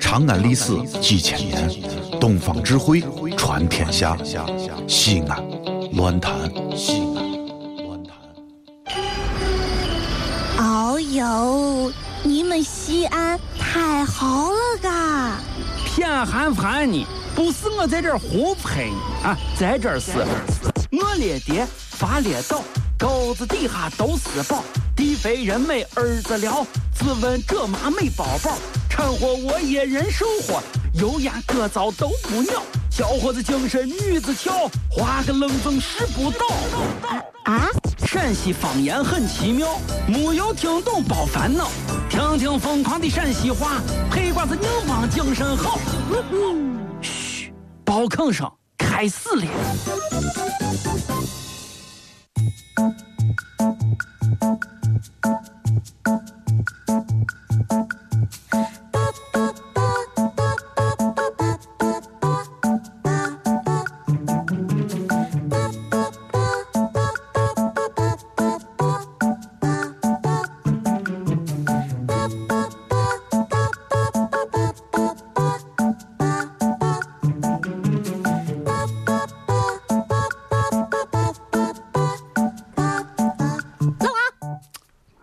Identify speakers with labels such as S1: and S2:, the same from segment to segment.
S1: 长安历史几千年，东方智慧传天下。西安，乱谈西安，乱谈。
S2: 哦呦，你们西安太好了嘎！啊
S3: 偏寒寒你，不是我在这儿胡喷你啊，在这儿是，我列爹发列倒，沟子底下都是宝，地肥人美儿子了，自问这妈没宝宝，掺和我也人生活，油盐各糟都不尿，小伙子精神女子俏，花个愣风使不倒。
S2: 啊，
S3: 陕西方言很奇妙，没有听懂别烦恼，听听疯狂的陕西话，黑瓜子硬邦精神好。嘘，包吭声开始了。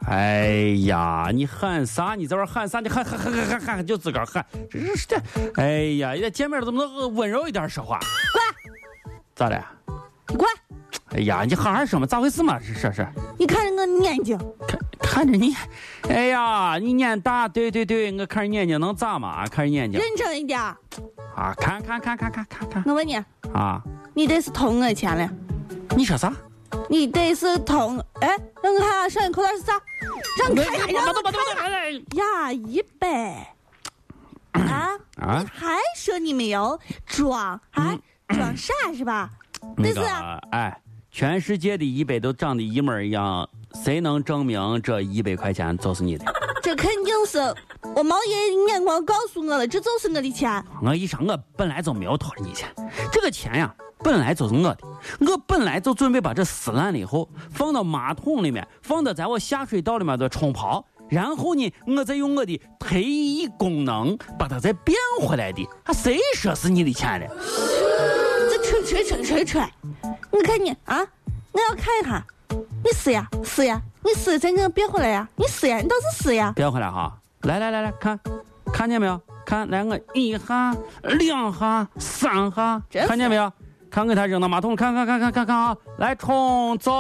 S3: 哎呀，你喊啥？你在这喊啥？你喊喊喊喊喊喊，就自个儿喊，这是这。哎呀，人家见面了怎么能温柔一点说话？咋的？
S2: 你过来，
S3: 哎呀，你喊喊什么？咋回事嘛？是是是。
S2: 你看着我的眼睛，
S3: 看看着你，哎呀，你眼大，对对对，我看着眼睛能咋嘛？啊看着眼睛
S2: 认真一点儿。
S3: 啊，看看看看看看看
S2: 我问你，
S3: 啊！
S2: 你这是偷我钱了？
S3: 你说啥？
S2: 你这是偷我？哎，让我看看手机口袋是啥？让我看看，让我看看呀，一百。啊，
S3: 啊！
S2: 还说你没有装啊？装傻是吧？
S3: 那
S2: 那
S3: 个
S2: 是啊，
S3: 哎，全世界的一百都长得一模一样，谁能证明这一百块钱就是你的？
S2: 这肯定是我毛爷爷眼光告诉我了，这就是我的钱。
S3: 我一上我本来就没有偷你钱，这个钱呀、本来就是我的，我本来就准备把这撕烂了以后放到马桶里面，放到在我下水道里面的冲泡，然后呢，我再用我的特异功能把它再变回来的。啊，谁说是你的钱了？
S2: 这吹吹吹吹吹，我看你啊，我要看一下，你撕呀撕呀，你撕再给我变回来呀，你撕呀，你倒是撕呀，
S3: 变回来哈！来来来来看，看见没有？看，来我一下、两下、三下
S2: 真，是
S3: 看见没有？看给他扔到马桶，看看看看看看啊！来冲，走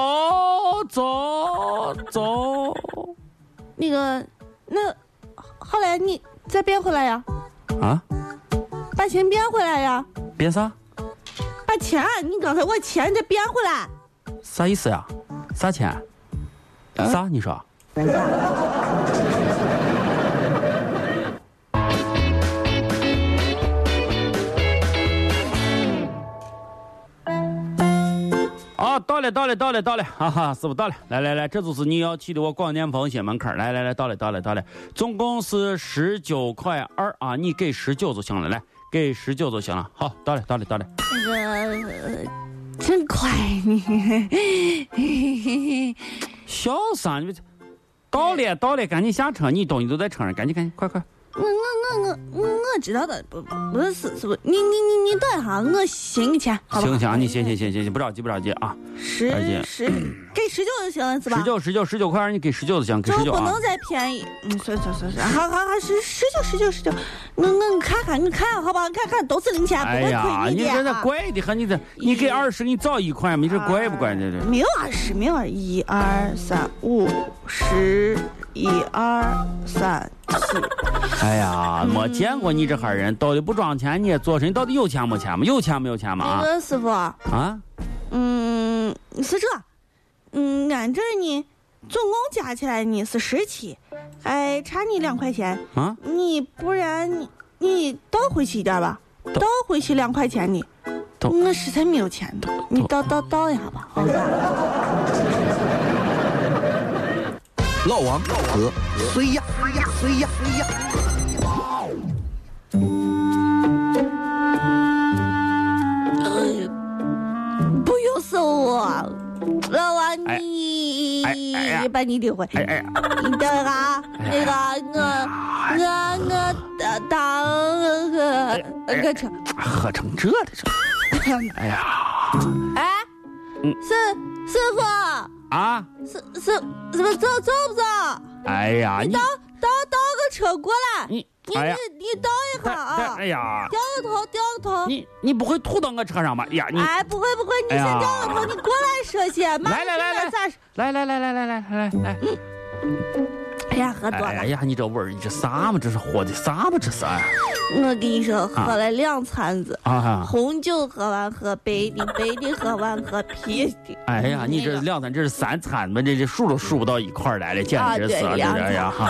S3: 走走。
S2: 那个那后来你再变回来呀，
S3: 啊，
S2: 把钱变回来呀，
S3: 变啥？
S2: 把钱，啊你刚才我钱你再变回来，
S3: 啥意思呀？啥钱？啥？你说？哦，到了，到了，到了，到了，哈哈，师傅到了，来来来，这就是你要去的我广电房斜门口儿，来来来，到了，到了，到了，总共是十九块二啊，你给十九就行了，来，给十九就行了，好，到了，到了，到了。
S2: 那个、呃真乖你，
S3: 小三，你这到了到了，赶紧下车，你东西都在车上，赶紧赶紧，快快！
S2: 我我我我我知道的，不不不是是不，你你你你等一下，我寻个钱，好吧？
S3: 行行，你行行行行行，不着急不着急啊，再
S2: 十
S3: 见
S2: 十给十九就行了，是吧？
S3: 十九十九十九块二，你给十九就行，给
S2: 这
S3: 十九
S2: 不
S3: 啊
S2: 能。再便宜，嗯，算算算算，好好好，十十九十九十九，我我看看你看好吧，看看都是零钱，不
S3: 哎
S2: 会
S3: 呀，
S2: 亏
S3: 你
S2: 的
S3: 这这
S2: 啊。
S3: 怪的很，你这你给二十，你找一块嘛，你这怪不怪？这这
S2: 没有二十，没有二十，一二三五十，一二三四，
S3: 哎呀，没见过你这号人，兜里不装钱你也做你到底有钱没钱嘛？有钱没有钱嘛？
S2: 那
S3: 啊
S2: 个哎师傅，
S3: 啊！
S2: 嗯，是这，嗯，俺这呢，总共加起来呢是十七，哎，差你两块钱，
S3: 啊，
S2: 你不然你你倒回去一点吧，倒回去两块钱的，
S3: 倒哎
S2: 我实在没有钱的，你倒倒倒一下吧。啊好吧
S1: 老王和谁呀？谁呀？谁呀？谁呀？
S2: 不用送我，老王
S3: 哎哎
S2: 你
S3: 哎呀
S2: 把把你领回。
S3: 哎哎，
S2: 你等啊，那个呃我我我当
S3: 哎
S2: 个个车，
S3: 喝成这的这，哎呀
S2: 哎，
S3: 嗯
S2: 师师
S3: 啊，
S2: 傅，师师怎么走走不走？
S3: 哎呀，
S2: 你
S3: 你
S2: 倒倒倒个车过来，你
S3: 你，
S2: 你
S3: 哎呀，
S2: 你倒一下
S3: 但但
S2: 啊，
S3: 哎呀，
S2: 掉个头掉个头。
S3: 你你不会吐到我车上吧？哎呀，你
S2: 哎，不会不会，你
S3: 哎
S2: 先
S3: 呀
S2: 掉个头，你过来说先。妈
S3: 来来来
S2: 你这
S3: 来
S2: 咋说？
S3: 来来来来来来来来，
S2: 哎呀，喝多
S3: 哎
S2: 了
S3: 哎。呀，你这味儿，你这啥嘛？这是喝的啥嘛？这是哎
S2: 我跟你说，喝了两餐子，
S3: 啊！
S2: 红酒喝完喝白的，白的喝完喝啤的。
S3: 哎呀，你这两餐这是三餐嘛？这这数都数不到一块儿来了，简直是
S2: 啊对
S3: 这
S2: 两餐
S3: 哎呀 哈！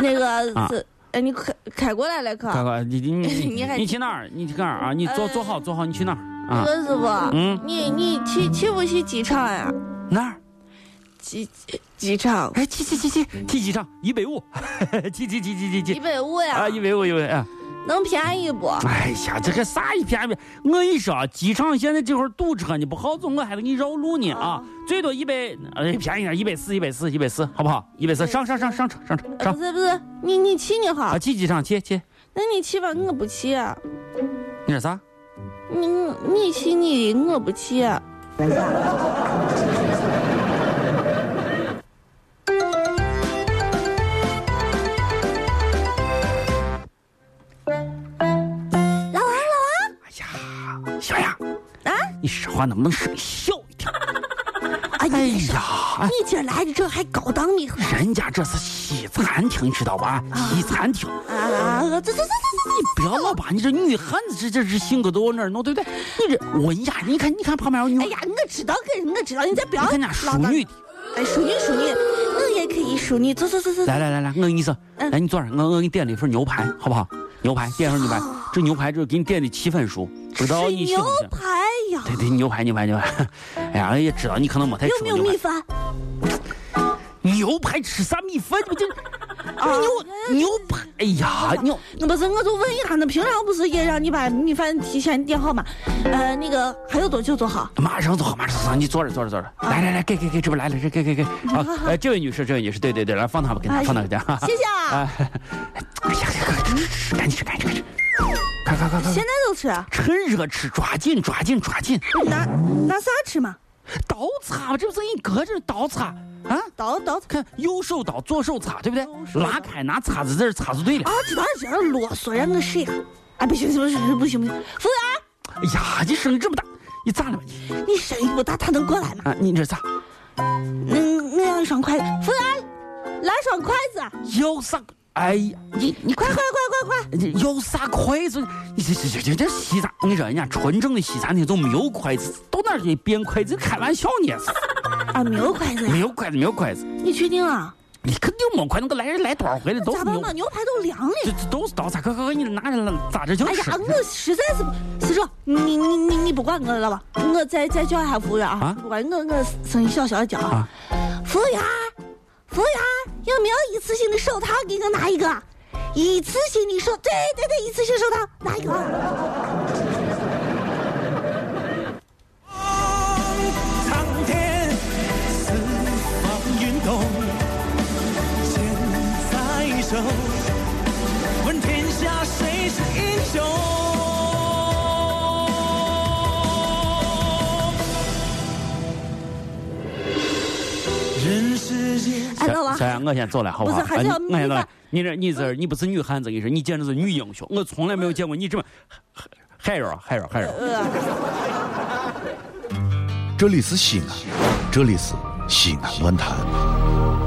S2: 那个
S3: 啊
S2: 是，哎，你开开过来了可？
S3: 大哥，你你
S2: 你
S3: 你
S2: 还
S3: 你去哪儿？你去哪儿啊？你坐
S2: 呃
S3: 坐好坐好，你去哪儿
S2: 那
S3: 啊？
S2: 个师傅，
S3: 嗯，
S2: 你你去去不去机场呀？
S3: 哪儿？
S2: 机机场
S3: 哎，去去去去去机场一百五， 去去去去去
S2: 一
S3: 去
S2: 百五呀
S3: 啊！，一百五一百五啊！
S2: 能便宜不？
S3: 哎呀，这个啥一片片，我跟你说啊，机场现在这会儿堵车呢，不好走，我还给你绕路呢啊
S2: 啊！
S3: 最多一百，哎，便宜点，一百四，一百四，一百四，好不好？一百四，上上上上车上车
S2: 呃
S3: 上
S2: 不是不是，你你去你好
S3: 啊！，去机场去去，
S2: 那你去吧，我不去啊。
S3: 你说啥？
S2: 你你去你的，我不去啊。老王，
S3: 哎呀，小杨，
S2: 老王啊！
S3: 你说话能不能声小一点？
S2: 哎
S3: 哎
S2: 呀，
S3: 呀，
S2: 你今儿来的这还高档的很
S3: 人家这是西餐厅，知道吧？西餐厅，
S2: 啊！走走走走
S3: 你不要老把你这女汉子这这这性格都往那儿弄，对不对？你这文雅，你看你看旁边有女，
S2: 走！哎呀，我知道，跟我知道，你再不
S3: 你
S2: 要
S3: 看人家淑女的。
S2: 哎，淑女淑女，我也可以淑女，走走走走。
S3: 来来来来，我跟你说，
S2: 嗯
S3: 来你坐上，我我给你点了一份牛排，好不好？牛排，点一份牛排，这牛排就是给你点的七分熟，不知道
S2: 水
S3: 你喜
S2: 牛
S3: 欢不喜欢？
S2: 排呀，
S3: 对对，牛排牛排牛排，哎呀，也知道你可能没太吃
S2: 有没
S3: 过
S2: 有
S3: 牛
S2: 米
S3: 排。
S2: 饭？
S3: 牛排吃啥米饭？我这牛牛排，哎呀，牛
S2: 那不是，我就问一下，那平常不是也让你把米饭提前点好吗？呃，那个还有多久做好？
S3: 马上坐，马上坐，你坐着坐着坐着，来来来，给给给，这边来了，这给给给啊！哎，这位女士，这位女士，对对对，来放她吧，给她放她给她，
S2: 谢谢啊，
S3: 啊！哎呀，赶紧吃，赶紧吃，赶紧吃，快快快快
S2: 现！在就吃，啊
S3: 趁热吃，抓紧抓紧抓紧！
S2: 拿拿啥吃嘛？
S3: 刀叉嘛，这不是给你搁着刀叉啊？
S2: 刀刀啊，
S3: 看右手刀，左手叉，对不对？拉开拿叉子这儿叉就对了。
S2: 知道知道，啰嗦，让我试一下。哎，不行不行不行不行，服务
S3: 哎呀，你声音这么大，你咋了吧你？
S2: 员，你声音不大，他能过来吗？
S3: 啊，你这咋？
S2: 嗯，我要一双筷子。服务员，来双筷子，啊
S3: 要啥？哎呀，你你快
S2: 快快！快快快！
S3: 你要啥筷子？你这这这这这西餐，我跟你说，人家纯正的西餐厅就没有筷子，到哪儿去变筷子？开玩笑呢？
S2: 啊，没有筷子呀
S3: 没？有筷子，没有筷子，
S2: 你确定啊？
S3: 你肯定没筷子。我来人来多少回了，都
S2: 咋
S3: 是
S2: 办
S3: 牛
S2: 嘛？，牛排都凉了。
S3: 这这都是刀叉，快快快，你拿着了，咋着就
S2: 哎呀
S3: 吃。，
S2: 我实在是不，师叔，你你你你不管我了吧？我再再叫一下服务员啊！
S3: 啊
S2: 不管我我声音小小的叫啊
S3: 啊！
S2: 服务员，服务员，有没有一次性的手套给我拿一个？一次性的手，对对对，一次性手套拿一个。啊哎
S4: 苍天，四方运动，剑在手，问天下谁是英雄？人世间。
S2: 哎，老
S3: 小
S2: 王
S3: 小，杨，我先走了，好好？
S2: 不是还是要
S3: 啊你我先走
S2: 明白
S3: 了。你这你这你不是女汉子，你是你简直是女英雄，我从来没有见过你这么害人害人害人。
S1: 这里是西安，这里是西安论坛。